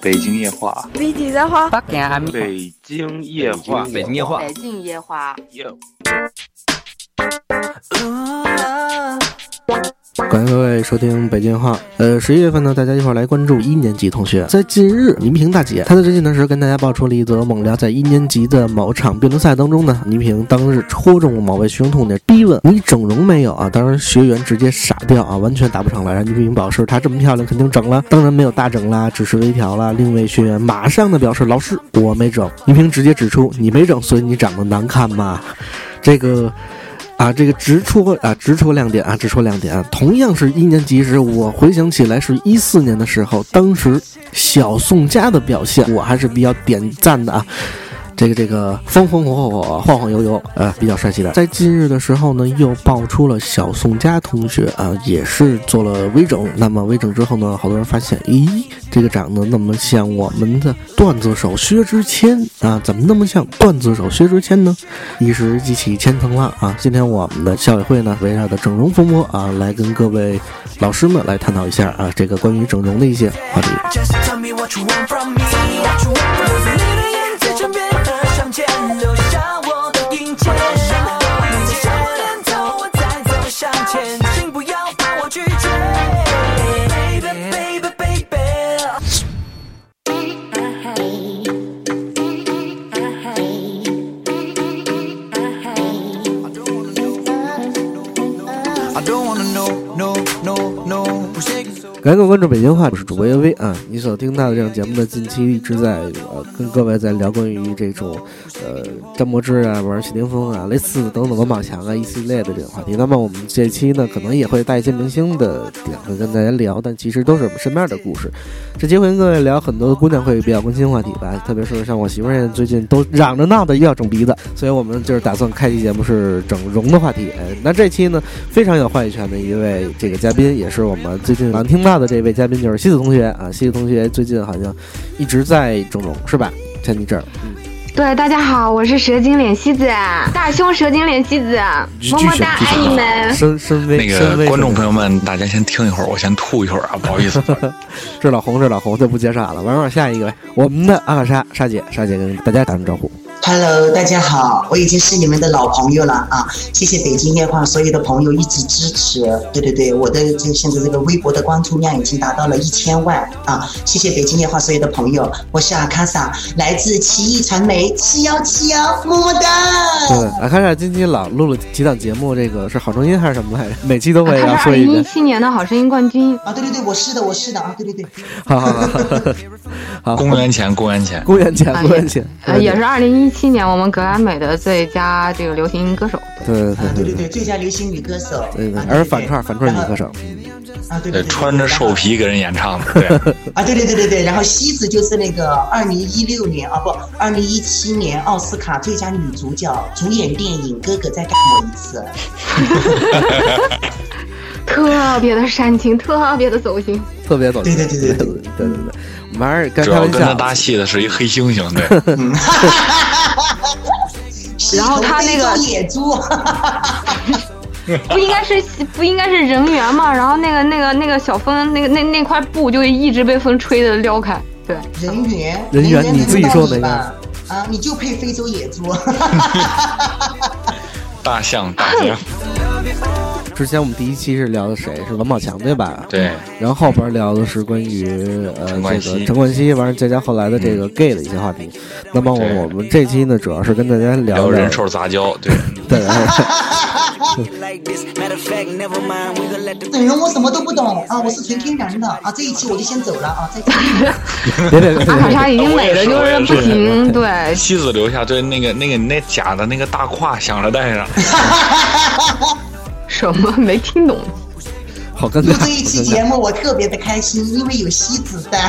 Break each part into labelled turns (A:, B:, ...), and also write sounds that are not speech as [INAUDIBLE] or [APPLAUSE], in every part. A: 北京夜话，
B: 北京夜话，
C: 北京阿米，
A: 北京夜话，
D: 北京夜话，
B: 北京夜话，
E: 感谢各位收听北京话。呃，十一月份呢，大家一块儿来关注一年级同学。在近日，倪萍大姐她在最近的时候跟大家爆出了一则猛料，在一年级的某场辩论赛当中呢，倪萍当日戳中了某位学生痛点，逼问你整容没有啊？当然，学员直接傻掉啊，完全答不上来。然后倪萍表示她这么漂亮，肯定整了，当然没有大整啦，只是微调啦。另一位学员马上的表示老师我没整，倪萍直接指出你没整，所以你长得难看嘛。这个。啊，这个直戳啊，直戳亮点啊，直戳亮点啊！同样是一年级时，我回想起来是一四年的时候，当时小宋佳的表现，我还是比较点赞的啊。这个这个风风火火、晃晃悠悠，呃，比较帅气的。在近日的时候呢，又爆出了小宋佳同学啊、也是做了微整。那么微整之后呢，好多人发现，咦，这个长得那么像我们的段子手薛之谦啊，怎么那么像段子手薛之谦呢？一时激起千层浪啊！今天我们的校委会呢，围绕的整容风波啊，来跟各位老师们来探讨一下啊，这个关于整容的一些话题。
F: Just tell me what you want from me. What you want from me. 你的眼在唇边，向前留下我的影线。你在向我点头，我在走向前，请不要把我拒绝。Baby, baby, baby.
E: 感谢各位关注北京话，我是主播岳薇啊。你所听到的这档节目呢，近期一直在呃跟各位在聊关于这种呃张柏芝啊、玩谢霆锋啊、类似的等等王宝强啊一系列的这种话题。那么我们这一期呢，可能也会带一些明星的点会跟大家聊，但其实都是我们身边的故事。这期会跟各位聊很多姑娘会比较关心的话题吧，特别是像我媳妇儿现在最近都嚷着闹的又要整鼻子，所以我们就是打算开期节目是整容的话题。哎那这期呢，非常有话语权的一位这个嘉宾，也是我们最近常听到的这位嘉宾，就是西子同学啊。西子同学最近好像一直在整容，是吧？在你这儿，
G: 对，大家好，我是蛇精脸西子，大胸蛇精脸西子，
E: 巨
G: 么么哒，
E: 巨
G: 爱
E: 熊
G: 你们。
E: 深深 V
A: 那
E: 深 V
A: 个观众朋友们，大家先听一会儿，我先吐一会儿啊，不
E: [LAUGHS]
A: 好意思。
E: 这老红，这老红就不介绍了，玩玩下一个呗。我们的阿卡莎莎姐，莎姐跟大家打声招呼。
H: Hello，大家好，我已经是你们的老朋友了啊！谢谢北京夜话所有的朋友一直支持，对对对，我的这现在这个微博的关注量已经达到了一千万啊！谢谢北京夜话所有的朋友，我是阿卡萨，来自奇异传媒七幺七幺，么么哒！
E: 对，阿卡莎今期老录了几档节目，这个是好声音还是什么来着？每期都会要
G: 他是
E: 说
G: 二
E: 一
G: 零
E: 遍
G: 一。七年的好声音冠军，
H: 啊，对对对，我是的，我是的啊，对对对，
E: 好好好，好，
A: 公元前，公元前，
E: 公元前，
G: 啊
E: 公元前，
G: 呃，也是二零一七年我们格莱美的最佳这个流行歌手。
E: 对对
H: 啊，对
E: 对
H: 对对，最佳流行女歌手，
E: 对对
H: 啊，
E: 而反串反串女歌手，
H: 啊，对对
A: 对，
H: 对，
A: 穿着兽皮给人演唱的，
E: [LAUGHS]
A: 对，
H: 啊，对对对对对，然后西子就是那个二零一六年啊，不，二零一七年奥斯卡最佳女主角主演电影《哥哥再干我一次》。
G: [LAUGHS] 特别的煽情，特别的走心。
E: 特别走心。
H: 对对对
E: 对
H: 对
E: 对对对，我们还是该
A: 主
E: 开
A: 要
E: 玩
A: 跟他
E: 笑。
A: 搭戏的是一黑猩猩，对，
E: [LAUGHS]
H: 嗯，
G: 然后他那个
H: 是一头非洲
G: [LAUGHS]
H: 野猪，
G: 不应该是不应该是人猿吗？然后那个那个那个小风那个那那块布就一直被风吹的撩开。
E: [LAUGHS]
G: 对，
H: 人猿，
E: 人猿
H: 猿
E: 你自己
H: 能
E: 说
H: 到
E: 没
H: 你吧？啊，你就配非洲野猪。 [LAUGHS]
A: 大象，大象，
E: 之前我们第一期是聊的谁？是王宝强对吧？。
A: 对，
E: 然后后边聊的是关于呃
A: 陈冠希嗯
E: 这个陈冠希，完了再加后来的这个 gay 的一些话题。那么
A: 对
E: 我我们这期呢，主要是跟大家聊聊
A: 聊人兽杂交，对， [LAUGHS]
E: 对，然后
F: Like this, matter of fact, never mind. We gonna let the
H: 整容我什么都不懂啊，我是纯天然的啊，这一期我就先走了啊，再见。
E: [LAUGHS] 别别别
G: 阿卡
E: 别，
G: 莎已经美的就是不行。对，
A: 妻子留下，对，那个那个你那假的那个大胯想着带上，
G: 什么没听懂？
E: 好尴
H: 录
E: 尬，好
H: 这一期
E: 尴
H: 节
E: 尬。
H: 目我特别的开心，因为有西子在。 [LAUGHS]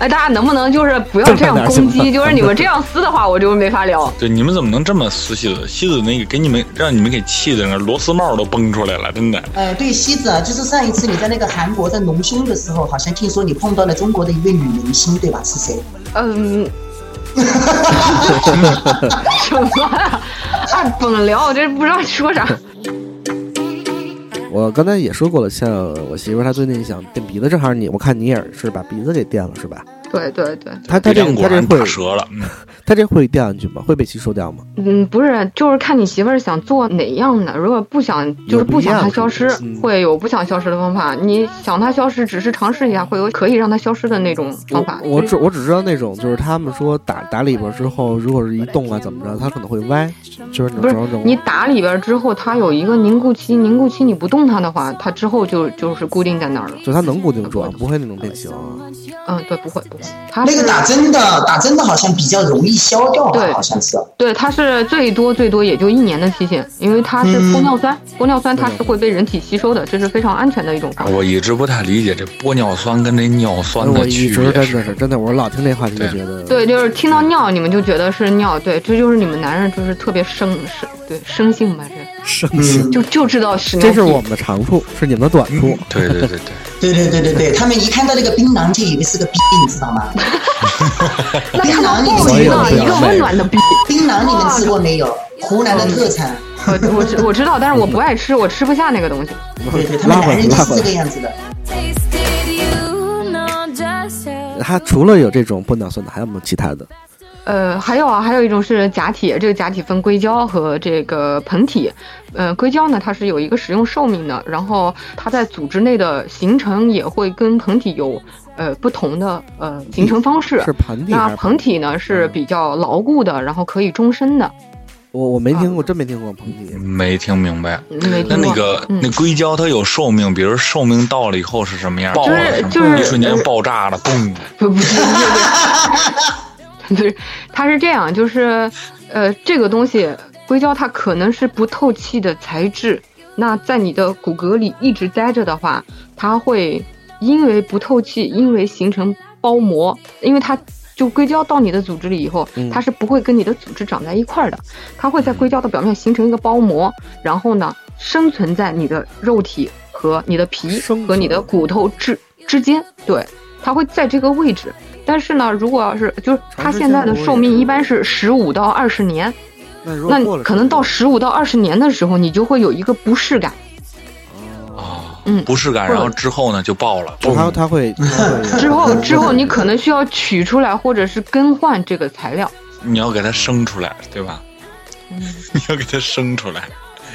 G: 哎，大家能不能就是不要这样攻击？就是你们这样撕的话，我就没法聊。
A: 对，你们怎么能这么撕妻子？妻子那个给你们让你们给气的，那螺丝帽都崩出来了，真的。
H: 呃，对，西子啊，就是上一次你在那个韩国在隆胸的时候，好像听说你碰到了中国的一位女明星，对吧？是谁？
G: 嗯，啊什么呀？哎，甭聊，我这不知道说啥。
E: 我刚才也说过了，像我媳妇儿她最近想垫鼻子，正好你我看你也是把鼻子给垫了是吧？
G: 对对对，
E: 她她这
A: 梁
E: 个
A: 果
E: 她这
A: 然打
E: 会
A: 折了，嗯，
E: 她这会掉进去吗？会被吸收掉吗？
G: 嗯，不是，就是看你媳妇儿想做哪样的。如果不想，就是不想它消失
E: 有不一样是不是嗯，
G: 会有不想消失的方法。你想它消失，只是尝试一下，会有可以让它消失的那种方法。
E: 我我只我只知道那种，就是他们说打打里边之后，如果是一动啊怎么着，它可能会歪，就是那
G: 不是
E: 种啊种
G: 你打里边之后，它有一个凝固期，凝固期你不动它的话，它之后就就是固定在那儿了。
E: 就它能固定住，啊，不会那种变形啊。
G: 嗯，对，不会不会，它
H: 那
G: 是
H: 个打针的，打针的好像比较容易消掉吧，
G: 对
E: [LAUGHS]
H: 好像是。
G: 对它是最多最多也就一年的期限，因为它是玻尿酸，玻尿酸它是会被人体吸收的，这是非常安全的一种方法。
A: 啊我一直不太理解这玻尿酸跟这尿酸
E: 我
A: 的
E: 一
A: 区
E: 直
A: 别
E: 真的
A: 是。
E: 是真的，我老听这话题就
A: 对
E: 觉得，
G: 对，就是听到尿，你们就觉得是尿，对，这就是你们男人就是特别生生，对生性吧，这
E: 生气。
H: 嗯，
G: 就就知道屎尿
E: 这
G: 屁。
E: 是我们的长处，是你们的短处。 [LAUGHS]
A: 对对对对，
H: 对对对对对，他们一看到那个槟榔就以为是个逼，你知道
G: [LAUGHS]
H: 吗？
G: 那
H: 槟
G: 看到
H: 榔你
G: 后
H: 们
E: 所
G: 一
E: 有
H: 吃
E: 的
H: 过
G: 个
E: 对啊？
G: 一个
H: 没有
G: 温暖的逼，
H: 槟榔你们吃过没有？湖南的特产。
G: 我呃我知我知道，但是我不爱吃，我吃不下那个东西。
H: 对对，他们
E: 拉回
H: 男
E: 来，
H: 人就
E: 拉
H: 是
E: 回
H: 这个
E: 来。
H: 样子的。
B: tasted you, know just how.
E: 它除了有这种玻尿酸的，还有没有其他的？
G: 呃，还有啊，还有一种是假体，这个假体分硅胶和这个膨体。呃，硅胶呢，它是有一个使用寿命的，然后它在组织内的形成也会跟膨体有呃不同的呃形成方式。
E: 是盆底还
G: 那
E: 是
G: 膨？体呢是比较牢固的，然后可以终身的。
E: 我我没听过，真没听过盆底。
A: 没听明
G: [LAUGHS]
A: 白。
G: 没听
A: 那
G: 过。
A: 那个
G: 嗯
A: 那硅胶它有寿命，比如寿命到了以后是什么样？爆了
G: 就是
A: 吗
G: 就
A: 一
G: 是
A: 瞬间爆炸了，嘣！
G: 不不是 [LAUGHS] 不是，不是，它是这样，就是呃，这个东西硅胶它可能是不透气的材质，那在你的骨骼里一直待着的话，它会因为不透气，因为形成包膜，因为它。就硅胶到你的组织里以后
E: 嗯，
G: 它是不会跟你的组织长在一块儿的，它会在硅胶的表面形成一个包膜，然后呢，生存在你的肉体和你的皮
E: 生存
G: 和你的骨头之之间，对，它会在这个位置。但是呢，如果要是就是它现在的寿命一般是十五到二十年，
E: 那如
G: 那
E: 果过了
G: 可能到
E: 时
G: 十五到二十年的时候，你就会有一个不适感，嗯
A: 不适感，
G: 或者
A: 然后之后呢就爆了，
E: 候，它它
A: 嘣！[LAUGHS]
E: 会它会
G: 之后之后你可能需要取出来或者是更换这个材料。
A: 你要给它生出来，对吧？
G: 嗯
A: [LAUGHS] 你要给它生出来，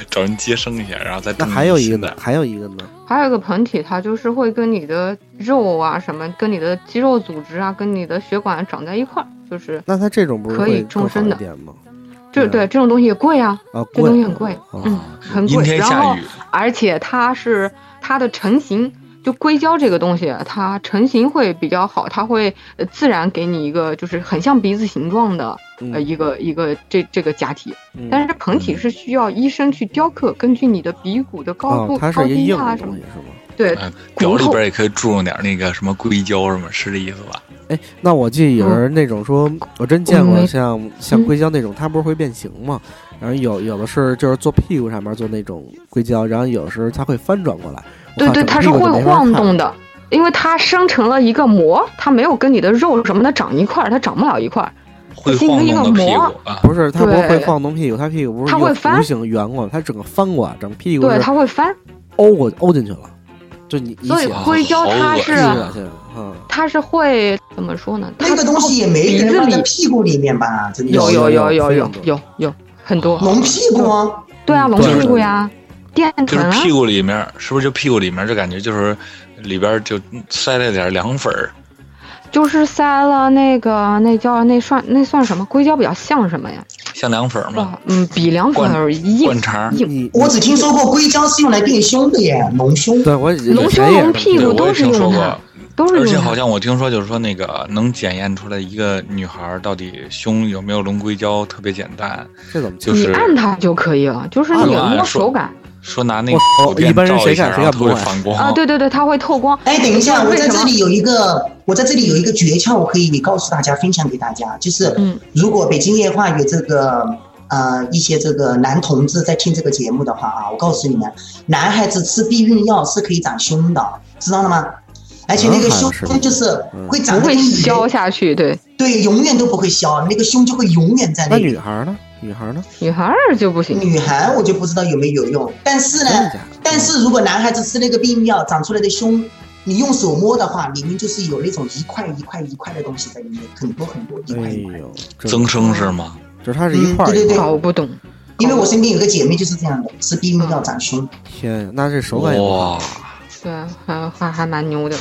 A: 找人接生一下，然后再
E: [LAUGHS] 那
A: 种
E: 还有一个
A: 新
E: 呢
A: 的，，
E: 还有一个呢，
G: 还有一个膨体，它就是会跟你的肉啊什么，跟你的肌肉组织啊，跟你的血管长在一块儿，就是
E: 那它这种不是
G: 可以
E: 会更
G: 终
E: 好
G: 身
E: 一
G: 的
E: 点吗？
G: 这对这种东西也贵啊，
E: 啊，
G: 这
E: 贵
G: 东西很贵，
E: 哦
G: 嗯，很
A: 阴
G: 贵。
A: 天
G: 然
A: 下
G: 后
A: 雨，
G: 而且它是它的成型，就硅胶这个东西，它成型会比较好，它会呃自然给你一个就是很像鼻子形状的呃
E: 嗯
G: 一个一个这这个假体，
E: 嗯
G: 但是这膨体是需要医生去雕刻，根据你的鼻骨的高
E: 哦
G: 度、，
E: 它是
G: 高
E: 一个
G: 低
E: 硬
G: 啊
E: 的
G: 什
E: 东
G: 么
E: 西，是吗？
G: 对。
A: 嗯，表
G: 骨
A: 里
G: 头
A: 边也可以注入点那个什么硅胶什么，是这意思吧？
E: 哎，那我记得有人那种说，我真见过
G: 嗯
E: 像像
G: 嗯
E: 硅胶那种，它不是会变形吗？然后有有的是就是做屁股上面做那种硅胶，然后有的时候它会翻转过来。我
G: 对
E: 靠整
G: 对，
E: 个
G: 它
E: 屁
G: 是
E: 股就
G: 会
E: 没法
G: 晃
E: 看
G: 动的，因为它生成了一个膜，它没有跟你的肉什么的长一块儿，它长不了一块儿。
A: 会
G: 形成
A: 晃
G: 一个
A: 动的屁
G: 膜
A: 股啊，
E: 不是，它不是会
G: 对
E: 晃动屁股，它屁股不是
G: 它会
E: 有
G: 翻
E: 弧形圆过吗，它整个翻过来，整个屁股
G: 对，
E: 是
G: 它会翻，
E: 欧过欧进去了，就你你
G: 所以
E: 想啊
G: 硅胶
A: 好
G: 它
A: 恶
G: 是
A: 心
E: 巨
A: 啊
E: 恶心，嗯，
G: 它是会怎么说呢？它
H: 那个东西也没
G: 鼻
H: 人
G: 子
H: 放在
G: 里
H: 屁股里面吧？真的
G: 有
H: 是
G: 有有
E: 有
G: 有
E: 非
G: 有
E: 常多
G: 有有很多，
H: 龙屁股啊，
G: 对啊，
E: 嗯
G: 龙
E: 对
G: 屁股呀，电
A: 就
G: 臀
A: 是
G: 啊，
A: 屁股里面，是不是就屁股里面就感觉就是里边就塞了点凉粉儿？
G: 就是塞了那个那叫那算那算什么？硅胶比较像什么呀？
A: 像凉粉儿吗？
G: 哇，嗯，比凉粉
A: 灌
G: 儿硬
A: 灌肠儿。
G: 硬。
E: 你
H: 我只听说过硅胶是用来垫胸的耶，隆胸。
E: 对我
G: 龙胸
E: 谁也
G: 龙
E: 是
G: 屁
A: 对，
G: 股
A: 我
G: 都
A: 也
G: 是
A: 听说
G: 用
A: 过
G: 它。，都是
A: 而且
G: 用它
A: 好像我听说就是说那个能检验出来一个女孩儿到底胸有没有龙硅胶特别简单，
E: 这怎么
A: 就
G: 你
A: 是
G: 按它就可以了，就是
A: 按
G: 你
A: 了按
G: 摸
A: 说
G: 手感
A: 说拿那个
E: 我
A: 手电
E: 一般人
A: 照
E: 谁
A: 一下
E: 敢谁
A: 然
E: 敢
A: 后它会
E: 不敢
A: 反光
G: 啊，对对对，它会透光。
H: 哎，等一下，我
G: 为
H: 在
G: 什
H: 这
G: 么？
H: 里有一个，我在这里有一个诀窍，我可以告诉大家，分享给大家，就是，
G: 嗯
H: 如果北京夜话有这个呃一些这个男同志在听这个节目的话啊，我告诉你们，男孩子吃避孕药是可以长胸的，知道了吗？而且那个
E: 男孩
H: 胸
E: 是吧
H: 它就是会长
G: 不
H: 得
G: 会
H: 跟你的
G: 消下去。对，
H: 对，永远都不会消，那个胸就会永远在
E: 那
H: 那
E: 女
H: 里。
E: 孩儿呢？女孩儿呢？
G: 女孩儿就不行。
H: 女孩我就不知道有没有用，但是呢
E: 真的假的，
H: 但是
G: 嗯
H: 如果男孩子吃那个避孕药长出来的胸，你用手摸的话，里面就是有那种一块一块一块的东西在里面，很多很多一块
E: 哎
H: 一块。
E: 呦，这
A: 增生是吗？
E: 就是它是一块儿
H: 嗯对
E: 一
H: 对
E: 块
H: 对
E: 儿。
G: 搞不懂，
H: 因为我身边有个姐妹就是这样的，吃避孕药长胸。
E: 天呀，那这手感也不好
A: 哇，
G: 对，还还还蛮牛的。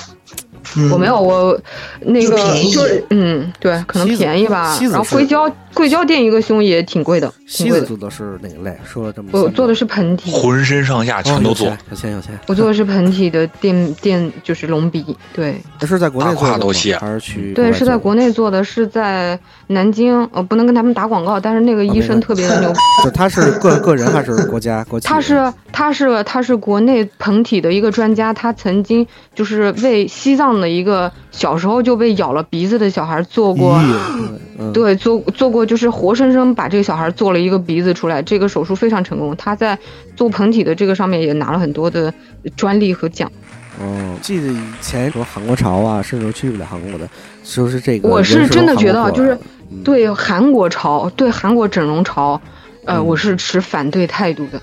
H: 嗯，
G: 我没有，我那个
H: 就便宜
G: 就是嗯，对，可能
E: 西子
G: 便宜吧。
E: 西子
G: 然后
E: 是
G: 硅胶硅胶垫一个胸也挺贵的，挺
E: 西
G: 贵
E: 子
G: 的。
E: 做的是哪个类？说了这么三个，
G: 我做的是盆底，
A: 浑身上下全都做，
E: 哦有钱有钱有钱。
G: 我做的是盆底的垫垫，就是隆鼻。对
E: 是在国内做
A: 大
E: 的
A: 胯都
E: 吗
A: 卸
E: 还是去
G: 对，是在
E: 国
G: 国
E: 内
G: 内做的，是在南京。我不能跟他们打广告，但是那个医
E: 没
G: 生
E: 事
G: 特别的牛。
E: 做的？就他是个 [LAUGHS] 个人还是国家国企？
G: 他是他是他是国内盆体的一个专家，他曾经就是为西藏的一个小时候就被咬了鼻子的小孩做过
E: 咦，嗯，
G: 对，做做过就是活生生把这个小孩做了一个鼻子出来，这个手术非常成功。他在做盆体的这个上面也拿了很多的专利和奖。
E: 哦，记得以前说韩国潮啊，甚至去不了韩国的，就是这个。
G: 我是真的觉得啊
E: 韩国
G: 就是
E: 嗯
G: 对韩国潮，对韩国整容潮，呃，
E: 嗯
G: 我是持反对态度的，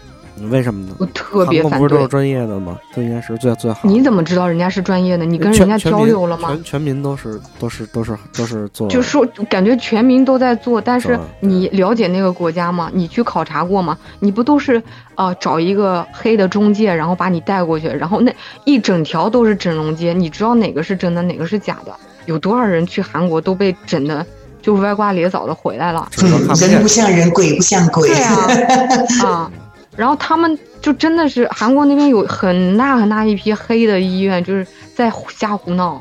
E: 为什么呢？
G: 我特别
E: 韩国
G: 反
E: 不是都
G: 对
E: 是。专业的吗？这应该是最最好的。
G: 你怎么知道人家是专业的？你跟
E: 全
G: 人家
E: 全
G: 交
E: 民
G: 流了吗？
E: 全全民都是都是都是都是做，
G: 就说感觉全民都在做，但
E: 是
G: 是
E: 吧
G: 你了解那个国家吗？你去考察过吗？你不都是呃找一个黑的中介，然后把你带过去，然后那一整条都是整容街，你知道哪个是真的，哪个是假的？有多少人去韩国都被整的就歪瓜裂枣的回来了？
E: 只能看不
H: 人
E: 见
H: 不。像人，鬼不像鬼。
G: 对
H: [LAUGHS]
G: [LAUGHS] 啊，啊，然后他们就真的是韩国那边有很大很大一批黑的医院，就是在胡瞎胡闹，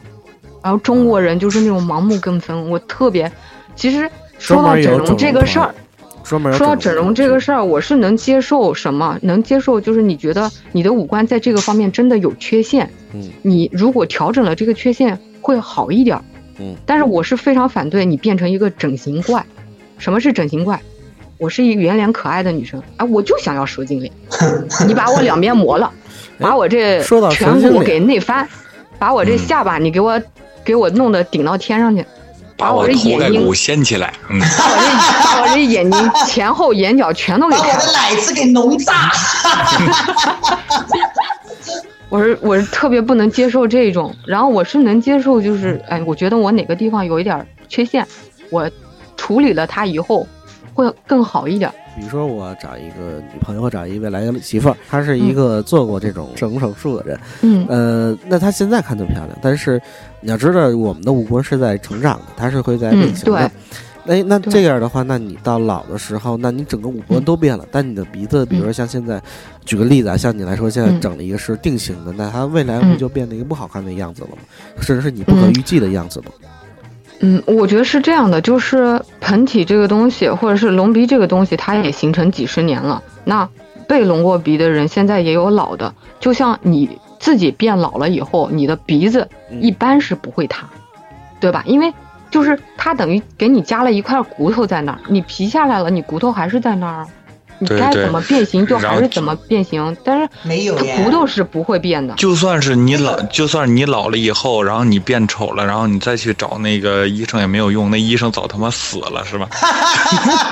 G: 然后中国人就是那种盲目跟风，我特别，其实说到整容这个事儿，
E: 专门有
G: 说到整容这个事儿，我是能接受什么？能接受就是你觉得你的五官在这个方面真的有缺陷，
E: 嗯，
G: 你如果调整了这个缺陷会好一点儿，
E: 嗯，
G: 但是我是非常反对你变成一个整形怪。什么是整形怪？我是一圆脸可爱的女生，哎，我就想要蛇精脸，你把我两边磨了，把我这
E: 哎说到蛇
G: 颧
E: 精
G: 骨
E: 脸
G: 给内翻，把我这
A: 嗯
G: 下巴你给我给我弄得顶到天上去，
A: 把
G: 我
A: 我
G: 这
A: 头盖
G: 眼
A: 骨
G: 睛
A: 掀起来，嗯，
G: 把我这 [LAUGHS] 把我这眼睛前后眼角全都给
H: 把
G: 开
H: 我
G: 了
H: 的。奶子给弄
G: 嗯
H: 炸，
G: 我是我是特别不能接受这种，然后我是能接受，就是哎，我觉得我哪个地方有一点儿缺陷，我处理了它以后会更好一点。
E: 哎比如说我找一个女朋友，或找一未来的媳妇儿，她是一个做过这种整容手术的人，
G: 嗯，
E: 呃，那她现在看着漂亮，但是你要知道，我们的五官是在成长的，它是会在变形的。
G: 嗯
E: 哎，那
G: 对
E: 这样的话，那你到老的时候，那你整个五官都变了，但你的鼻子，比如说像现在，举个例子啊，像你来说，现在
G: 嗯
E: 整了一个是定型的，那它未来
G: 嗯
E: 不就变得一个不好看的样子了吗？甚至是你不可
G: 嗯
E: 预计的样子吗？
G: 嗯，我觉得是这样的，就是盆体这个东西，或者是隆鼻这个东西，它也形成几十年了。那被隆过鼻的人，现在也有老的，就像你自己变老了以后，你的鼻子
E: 嗯
G: 一般是不会塌，对吧？因为就是它等于给你加了一块骨头在那儿，你皮下来了，你骨头还是在那儿啊，你
A: 对
G: 该
A: 对
G: 怎么变形就
A: 然后
G: 还是
A: 就
G: 怎么变形，但是
H: 没有
G: 它
H: 耶
G: 骨头是不会变的。
A: 就算是你老，就算是你老了以后，然后你变丑了，然后你再去找那个医生也没有用，那医生早他妈死了，是吧？ [LAUGHS]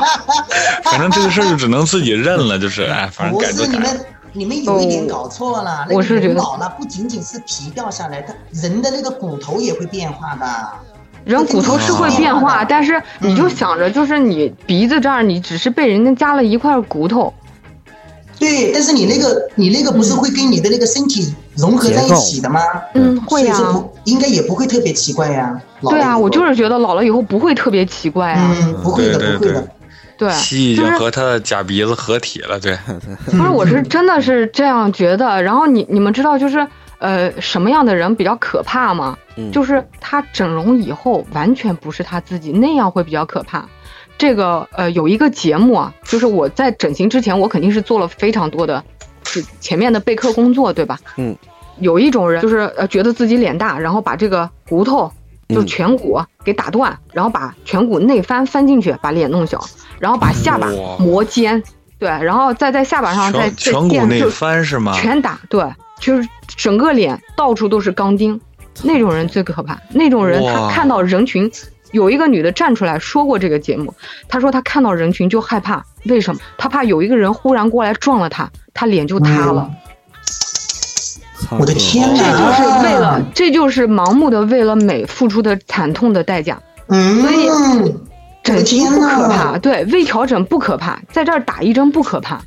A: 反正这个事儿就只能自己认了，就是哎，反正
H: 不
A: 改就是
H: 你
A: 改。
H: 们，你们有一点搞错了。那个
G: 哦我是觉得
H: 人老了，不仅仅是皮掉下来，它人的那个骨头也会变化的。
G: 人骨头是会变化，
H: 哦
G: 但是你就想着，就是你鼻子这儿，你只是被人家加了一块骨头，
H: 对，但是你那
G: 嗯
H: 个你那个不是会跟你的那个身体融合在一起的吗？
G: 嗯，会呀、
H: 所以说不应该也不会特别奇怪呀、老了
G: 对
H: 以
G: 啊，
H: 后
G: 我就是觉得老了以后不会特别奇怪啊，
H: 嗯，不会的，
A: 对对
H: 不会
A: 对
H: 的。
G: 对，
A: 蜥蜴
G: 就
A: 就是和他的假鼻子合体了，对，
E: [LAUGHS]
G: 不是，
H: 嗯
G: 我是真的是这样觉得。然后你你们知道就是呃什么样的人比较可怕吗？
E: 嗯
G: 就是他整容以后完全不是他自己，那样会比较可怕。这个呃有一个节目啊，就是我在整形之前，我肯定是做了非常多的是前面的备课工作，对吧？
E: 嗯。
G: 有一种人就是呃觉得自己脸大，然后把这个骨头就
E: 嗯
G: 颧骨啊给打断，然后把颧骨内翻翻进去，把脸弄小，然后把下巴
A: 哇
G: 磨尖，对，然后再在下巴上再
A: 颧颧骨内翻是吗？
G: 全打，对，就是整个脸到处都是钢钉，那种人最可怕。那种人他
A: 哇
G: 看到人群，有一个女的站出来说过这个节目，她说她看到人群就害怕，为什么？她怕有一个人忽然过来撞了她，她脸就塌了。
H: 嗯
E: 操
H: 我的天啊
G: 这
H: 哪！
G: 就是为了，这就是盲目的为了美付出的惨痛的代价。
H: 嗯，
G: 所以整形不可
H: 天啊
G: 怕，
H: 哪
G: 对，微调整不可怕，在这儿打一针不可怕，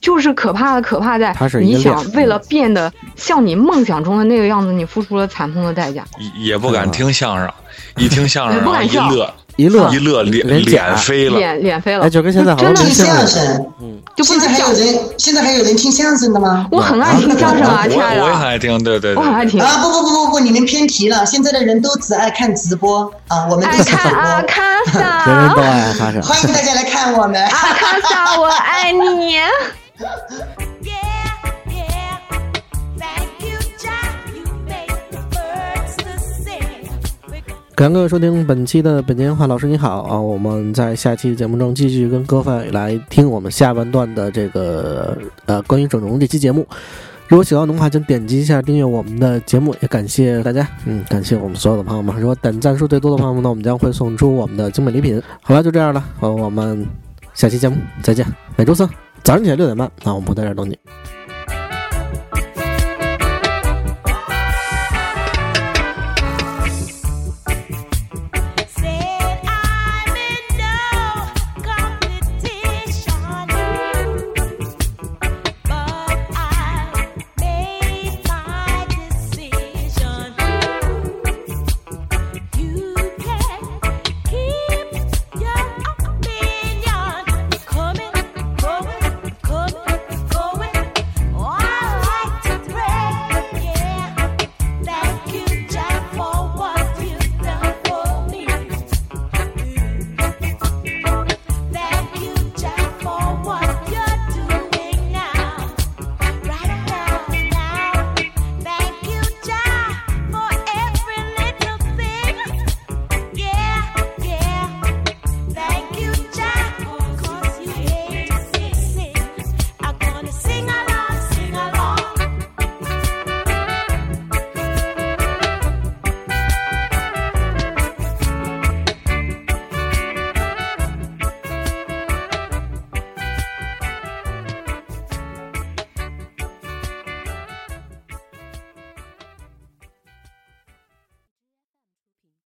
G: 就是可怕的可怕在
E: 它是一
G: 你
E: 个
G: 想
E: 链
G: 为了变得像你梦想中的那个样子，你付出了惨痛的代价。
A: 也也不敢听相
G: [LAUGHS]
A: 声，一听相声
G: 也不
A: 然后
G: 敢
A: 一
G: 笑
A: 乐
E: 一乐
A: 一乐脸
E: 脸假
A: 脸飞了，
G: 脸脸飞了，
E: 哎，就跟现在好
G: 真
E: 像听
G: 的
H: 听
G: 是
E: 相
H: 相
E: 声，
H: 声，
G: 就不
H: 现在
G: 能
H: 还
G: 笑
H: 有。人，现在还有人听相声的吗？
G: 我很爱听相声啊，
A: 我
G: 亲爱
A: 我也很
G: 的，
A: 爱听，对对对，
G: 我很爱听，
H: 啊，不不不不不，你们偏题了。现在的人都只爱看直播啊，我们
G: 爱
H: 都是主
G: 哎看
E: [LAUGHS]
G: 阿
H: 播。
G: 卡
E: 人人都
G: 萨，
E: 爱发
G: 啊
E: 声。
H: 欢迎大家来看我们。
G: 阿卡萨，我爱你。
C: Yeah, yeah. Thank you, Jack. You make the birds to sing.
E: 感谢各位收听本期的本间话，老师你好啊！我们在下期节目中继续跟各位来听我们下半段的这个呃关于整容这期节目。如果喜欢的话，请点击一下订阅我们的节目，也感谢大家，嗯，感谢我们所有的朋友们。如果点赞数最多的朋友们呢，我们将会送出我们的精美礼品。好了，就这样了，呃，我们下期节目再见。每周三早上起来六点半，那我们不在这儿等你。